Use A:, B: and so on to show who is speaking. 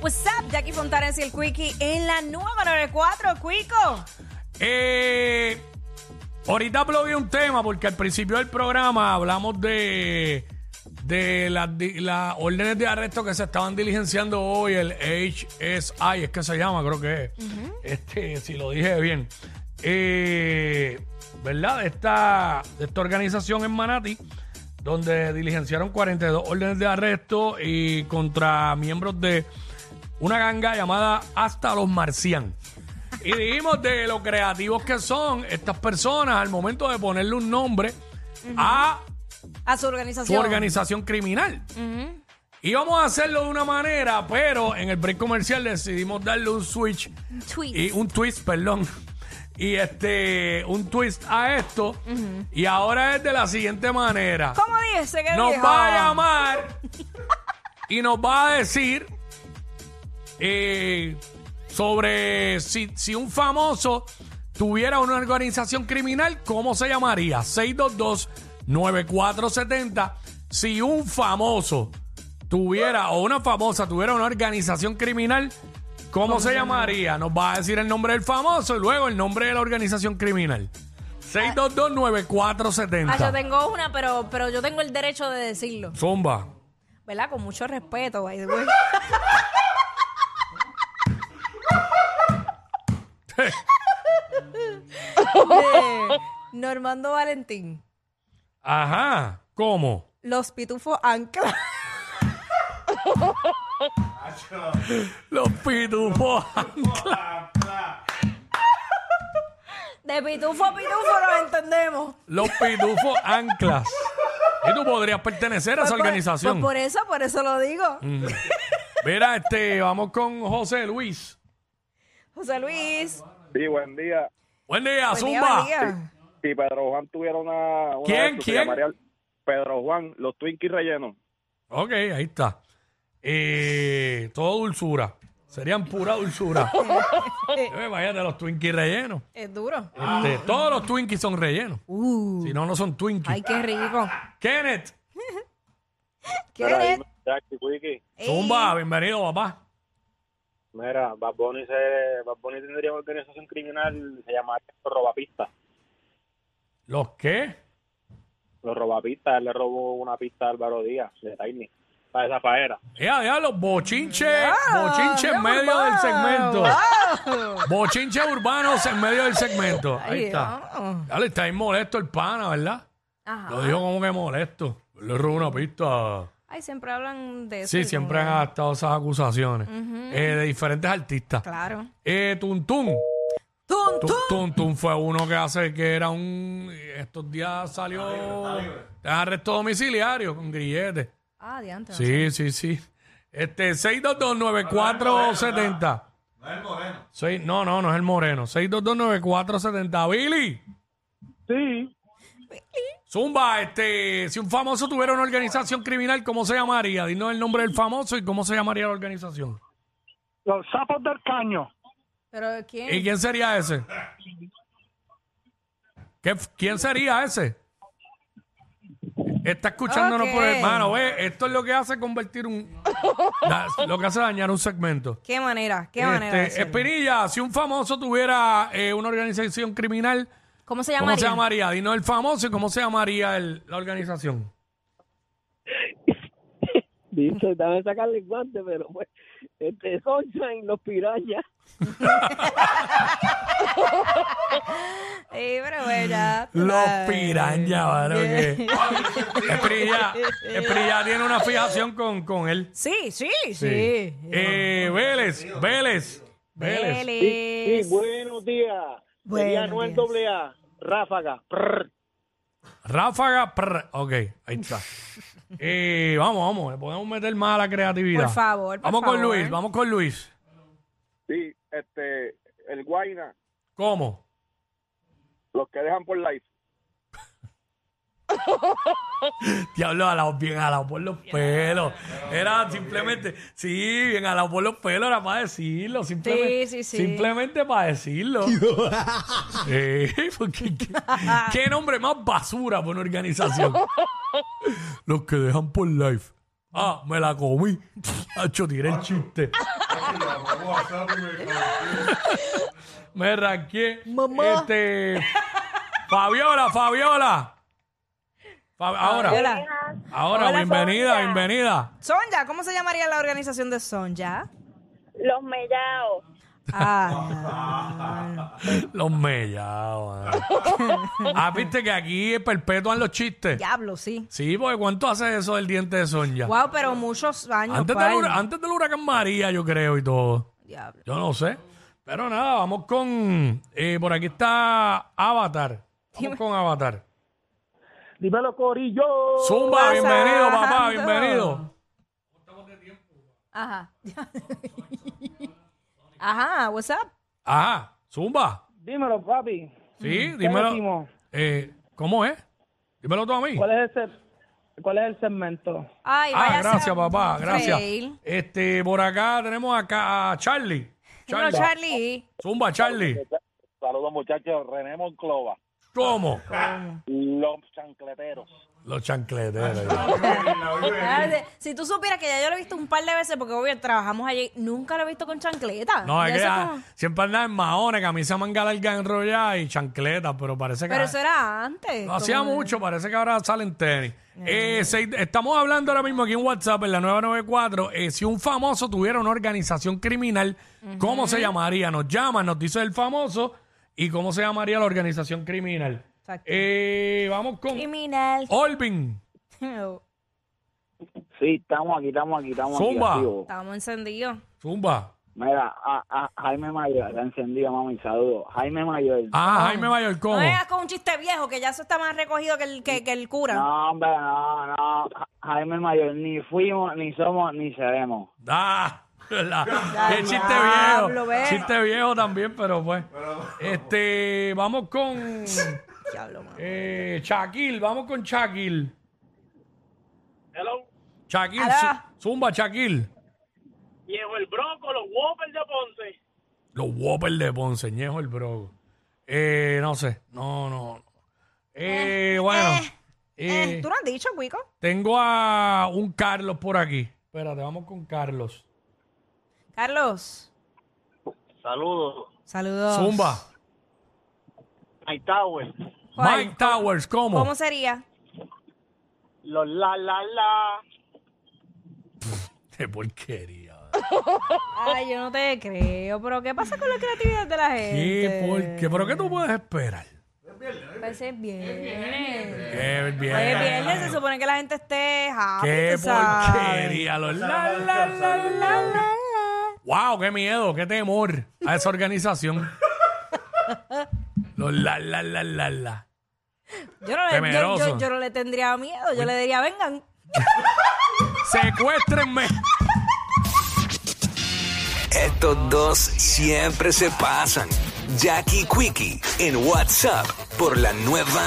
A: What's up, Jackie Fontanes y el Quickie en la nueva 94, Quico.
B: Eh, ahorita vi un tema porque al principio del programa hablamos de, de las di- las órdenes de arresto que se estaban diligenciando hoy, el HSI, es que se llama, creo que es. Este, si lo dije bien. Eh, ¿Verdad? De esta, de esta organización en Manatí, donde diligenciaron 42 órdenes de arresto y contra miembros de una ganga llamada Hasta los Marcian. Y dijimos de lo creativos que son estas personas al momento de ponerle un nombre a
A: A su
B: su
A: organización.
B: organización criminal. Íbamos a hacerlo de una manera, pero en el break comercial decidimos darle un switch
A: Tweet.
B: y un twist, perdón. Y este, un twist a esto. Y ahora es de la siguiente manera.
A: ¿Cómo dice que
B: Nos
A: dijo?
B: va a llamar y nos va a decir eh, sobre si, si un famoso tuviera una organización criminal, ¿cómo se llamaría? 622-9470. Si un famoso tuviera o una famosa tuviera una organización criminal, ¿cómo se llamaría? Nos va a decir el nombre del famoso y luego el nombre de la organización criminal. 622-9470.
A: Ah, yo tengo una, pero, pero yo tengo el derecho de decirlo.
B: Zumba.
A: ¿Verdad? Con mucho respeto, by the way. De Normando Valentín.
B: Ajá. ¿Cómo?
A: Los pitufos ancla.
B: Los pitufos ancla.
A: De pitufo a pitufo lo entendemos.
B: Los pitufos anclas. Y tú podrías pertenecer a esa
A: Pues por-
B: organización.
A: pues por eso, por eso lo digo.
B: Mira, este, vamos con José Luis.
A: José Luis.
C: Sí, buen día.
B: Buen día,
A: buen día,
B: Zumba.
A: buen día.
C: Si Pedro Juan tuviera una... una
B: ¿Quién?
C: de sus, se
B: ¿Quién?
C: llamaría Pedro Juan, los Twinkies rellenos.
B: Ok, ahí está. Eh, todo dulzura. Serían pura dulzura. Eh, Vaya de los Twinkies rellenos.
A: Es duro.
B: Este,
A: Ah.
B: todos los Twinkies son rellenos.
A: Uh,
B: Si no, no son Twinkies.
A: ay, qué rico.
B: Kenneth.
A: ¿Qué
C: Mira,
A: eres?
C: dime, Jackie, Quickie.
A: Ey,
B: Zumba, bienvenido, papá.
C: Mira, Bad Bunny, se, Bad Bunny tendría una organización criminal, se llamaría Los Robapistas.
B: ¿Los qué?
C: Los Robapistas, él le robó una pista a Álvaro Díaz, de Tiny, para esa faera.
B: Ya, ya, los bochinches, bochinches
A: qué
B: en medio del
A: urbano.
B: segmento.
A: Oh.
B: Bochinches urbanos en medio del segmento. Ahí
A: Ay,
B: está.
A: vamos.
B: Dale, está ahí molesto el pana, ¿verdad?
A: Ajá.
B: Lo dijo como que molesto. Le robó una pista.
A: Ay, siempre hablan de eso.
B: Sí,
A: y
B: siempre
A: como-
B: han estado esas acusaciones eh, de diferentes artistas.
A: Claro.
B: Eh, Tuntún.
A: ¡Tum,
B: Tu- Tuntún fue uno que hace que era un. Estos días salió. Arresto domiciliario con grillete.
A: Ah, diante.
B: Sí, sí, sí. Este, 6229470. No es el moreno. No, no, no es el moreno. 6229470. Billy,
C: Sí.
B: Zumba, este, si un famoso tuviera una organización criminal, ¿cómo se llamaría? Dinos el nombre del famoso y cómo se llamaría la organización.
C: Los sapos del caño.
A: Pero ¿quién?
B: ¿Y quién sería ese? ¿Qué f- ¿Quién sería ese? Está escuchándonos por
A: Ok.
B: el... Mano, ve, esto es lo que hace convertir un... da- lo que hace dañar un segmento.
A: ¿Qué manera? ¿Qué
B: Este,
A: manera? de hacerlo?
B: Espinilla, si un famoso tuviera eh, una organización criminal,
A: ¿Cómo se
B: ¿cómo
A: llamaría?
B: se llamaría? Dinos el famoso y cómo se llamaría el- la organización.
D: Dice, dame sacarle el guante, pero pues, este, Sunshine, los pirañas.
A: Sí, Eh, pero bueno, ya. tú
B: Los
A: sabes.
B: pirañas, mano, que- Espinilla, Espinilla tiene una fijación con, con él.
A: Sí, sí, sí.
B: Eh, Vélez, Vélez, Vélez.
A: Vélez.
D: Sí, buenos días.
A: Buenos
D: Sería Anuel
A: días.
D: doble A, Ráfaga. Prr.
B: Ráfaga, prr. ok, ahí está. Eh, vamos, vamos, le podemos meter más a la creatividad.
A: Por favor, por
B: Vamos con
A: favor.
B: Luis, vamos con Luis.
C: Sí, este, el Guaina,
B: ¿Cómo?
C: los que dejan por live.
B: Diablo, alado, bien alado por los pelos. Era simplemente, sí, bien alado por los pelos, era para decirlo.
A: Sí,
B: Simplemente,
A: sí, sí.
B: Simplemente para decirlo. Sí, porque ¿qué, qué nombre más basura para una organización. los que dejan por life. Ah, me la comí. Hacho, tiré el chiste. Me ranqué.
A: Mamá.
B: Este, Fabiola, Fabiola. Fa- ahora,
A: Hola.
B: ahora,
A: Hola,
B: bienvenida,
E: Fabiola.
B: bienvenida.
A: Sonja, ¿cómo se llamaría la organización de Sonja?
E: Los mellaos.
A: Ah,
B: Los mellados. mano. ah, viste que aquí perpetúan los chistes.
A: diablo, sí.
B: Sí, porque ¿cuánto hace eso del diente de Sonja?
A: Wow, pero muchos años.
B: Antes
A: par.
B: del, hura- antes del huracán María, yo creo, y todo.
A: Diablo.
B: Yo no sé. Pero nada, vamos con. eh, por aquí está Avatar. Vamos con Avatar.
D: Dímelo, Corillo.
B: Zumba, bienvenido, papá,
A: pasando?
B: bienvenido.
A: Ajá. Ajá, what's up?
B: Ajá, Zumba.
D: Dímelo, papi.
B: Sí,
D: decimos?
B: dímelo. Eh, ¿Cómo es? Dímelo tú a mí.
D: ¿Cuál es el, cuál es el segmento?
A: Ay,
B: Ah,
A: vaya a ser un
B: gracias, papá, gracias.
A: fail.
B: Este, por acá tenemos acá a Charlie.
A: Bueno,
B: Charlie.
A: Charlie.
B: Zumba, Charlie.
C: Saludos muchachos, René Monclova,
B: ¿Cómo?
C: los chancleteros.
B: Los chancleteros.
A: Espérate, Ah, Si tú supieras que ya yo lo he visto un par de veces, porque obvio trabajamos allí, nunca lo he visto con chancleta.
B: No, es
A: Ya
B: que
A: eso
B: ah,
A: como-
B: siempre andaba en maones, camisa manga larga enrollada y chancletas, pero parece que ah,
A: Pero eso era antes.
B: no hacía
A: como-
B: mucho, parece que ahora salen tenis. Eh, seis- estamos hablando ahora mismo aquí en WhatsApp, en la 994, eh, si un famoso tuviera una organización criminal, ¿cómo se llamaría? Nos llama, nos dice el famoso y cómo se llamaría la organización criminal.
A: Exacto.
B: Eh, vamos con
A: Criminal.
B: Olvin. Oh.
C: Sí, estamos aquí, estamos aquí, estamos
B: Zumba.
C: aquí. activos.
A: Estábamos encendidos.
B: Zumba.
C: Mira, a, a Jaime Mayor, está encendido, mami, saludos. Jaime Mayor.
B: Ah, Jaime Mayor, ¿cómo?
A: No vengas con un chiste viejo, que ya eso está más recogido que el, que, que el cura.
C: No, hombre, no, no. Ja- Jaime Mayor, ni fuimos, ni somos, ni seremos.
B: Ah, la- qué chiste
A: diablo,
B: viejo.
A: ve.
B: Chiste viejo también, pero pues. Este, vamos con
A: Diablo, mano.
B: eh, Shaquille, vamos con Shaquille.
F: Hello.
B: Shaquille,
A: Aló.
B: zu- zumba Shaquille.
F: Viejo el Bronco, los Whoppers de Ponce.
B: Los Whoppers de Ponce, Ñejo el Brogo. Eh, no sé, no, no. Eh, bueno.
A: Eh,
B: eh,
A: ¿Tú no has dicho, Cuico?
B: tengo a un Carlos por aquí. Espérate, vamos con Carlos.
A: Carlos,
F: Saludos.
A: saludos.
B: Zumba.
F: Night Tower.
A: ¿Cuál?
B: Mike Towers, ¿cómo?
A: ¿Cómo sería?
F: Los la la la.
B: Qué porquería.
A: Ay, yo no te creo, pero ¿qué pasa con la creatividad de la gente?
B: Oh. ¿Qué por qué? ¿Pero qué tú puedes esperar?
A: Parece bien.
B: Qué bien.
A: Oye, viernes se supone que la gente esté happy,
B: Qué
A: tú sabes.
B: porquería. Los la, la, la, la, la. Wow, qué miedo, qué temor a esa organización. Los la, la, la, la, la.
A: Yo no, le, yo,
B: Temeroso.
A: yo- yo no le tendría miedo, yo le diría, vengan.
B: Secuéstrenme.
G: Estos dos siempre se pasan. Jackie Quickie en WhatsApp por la nueva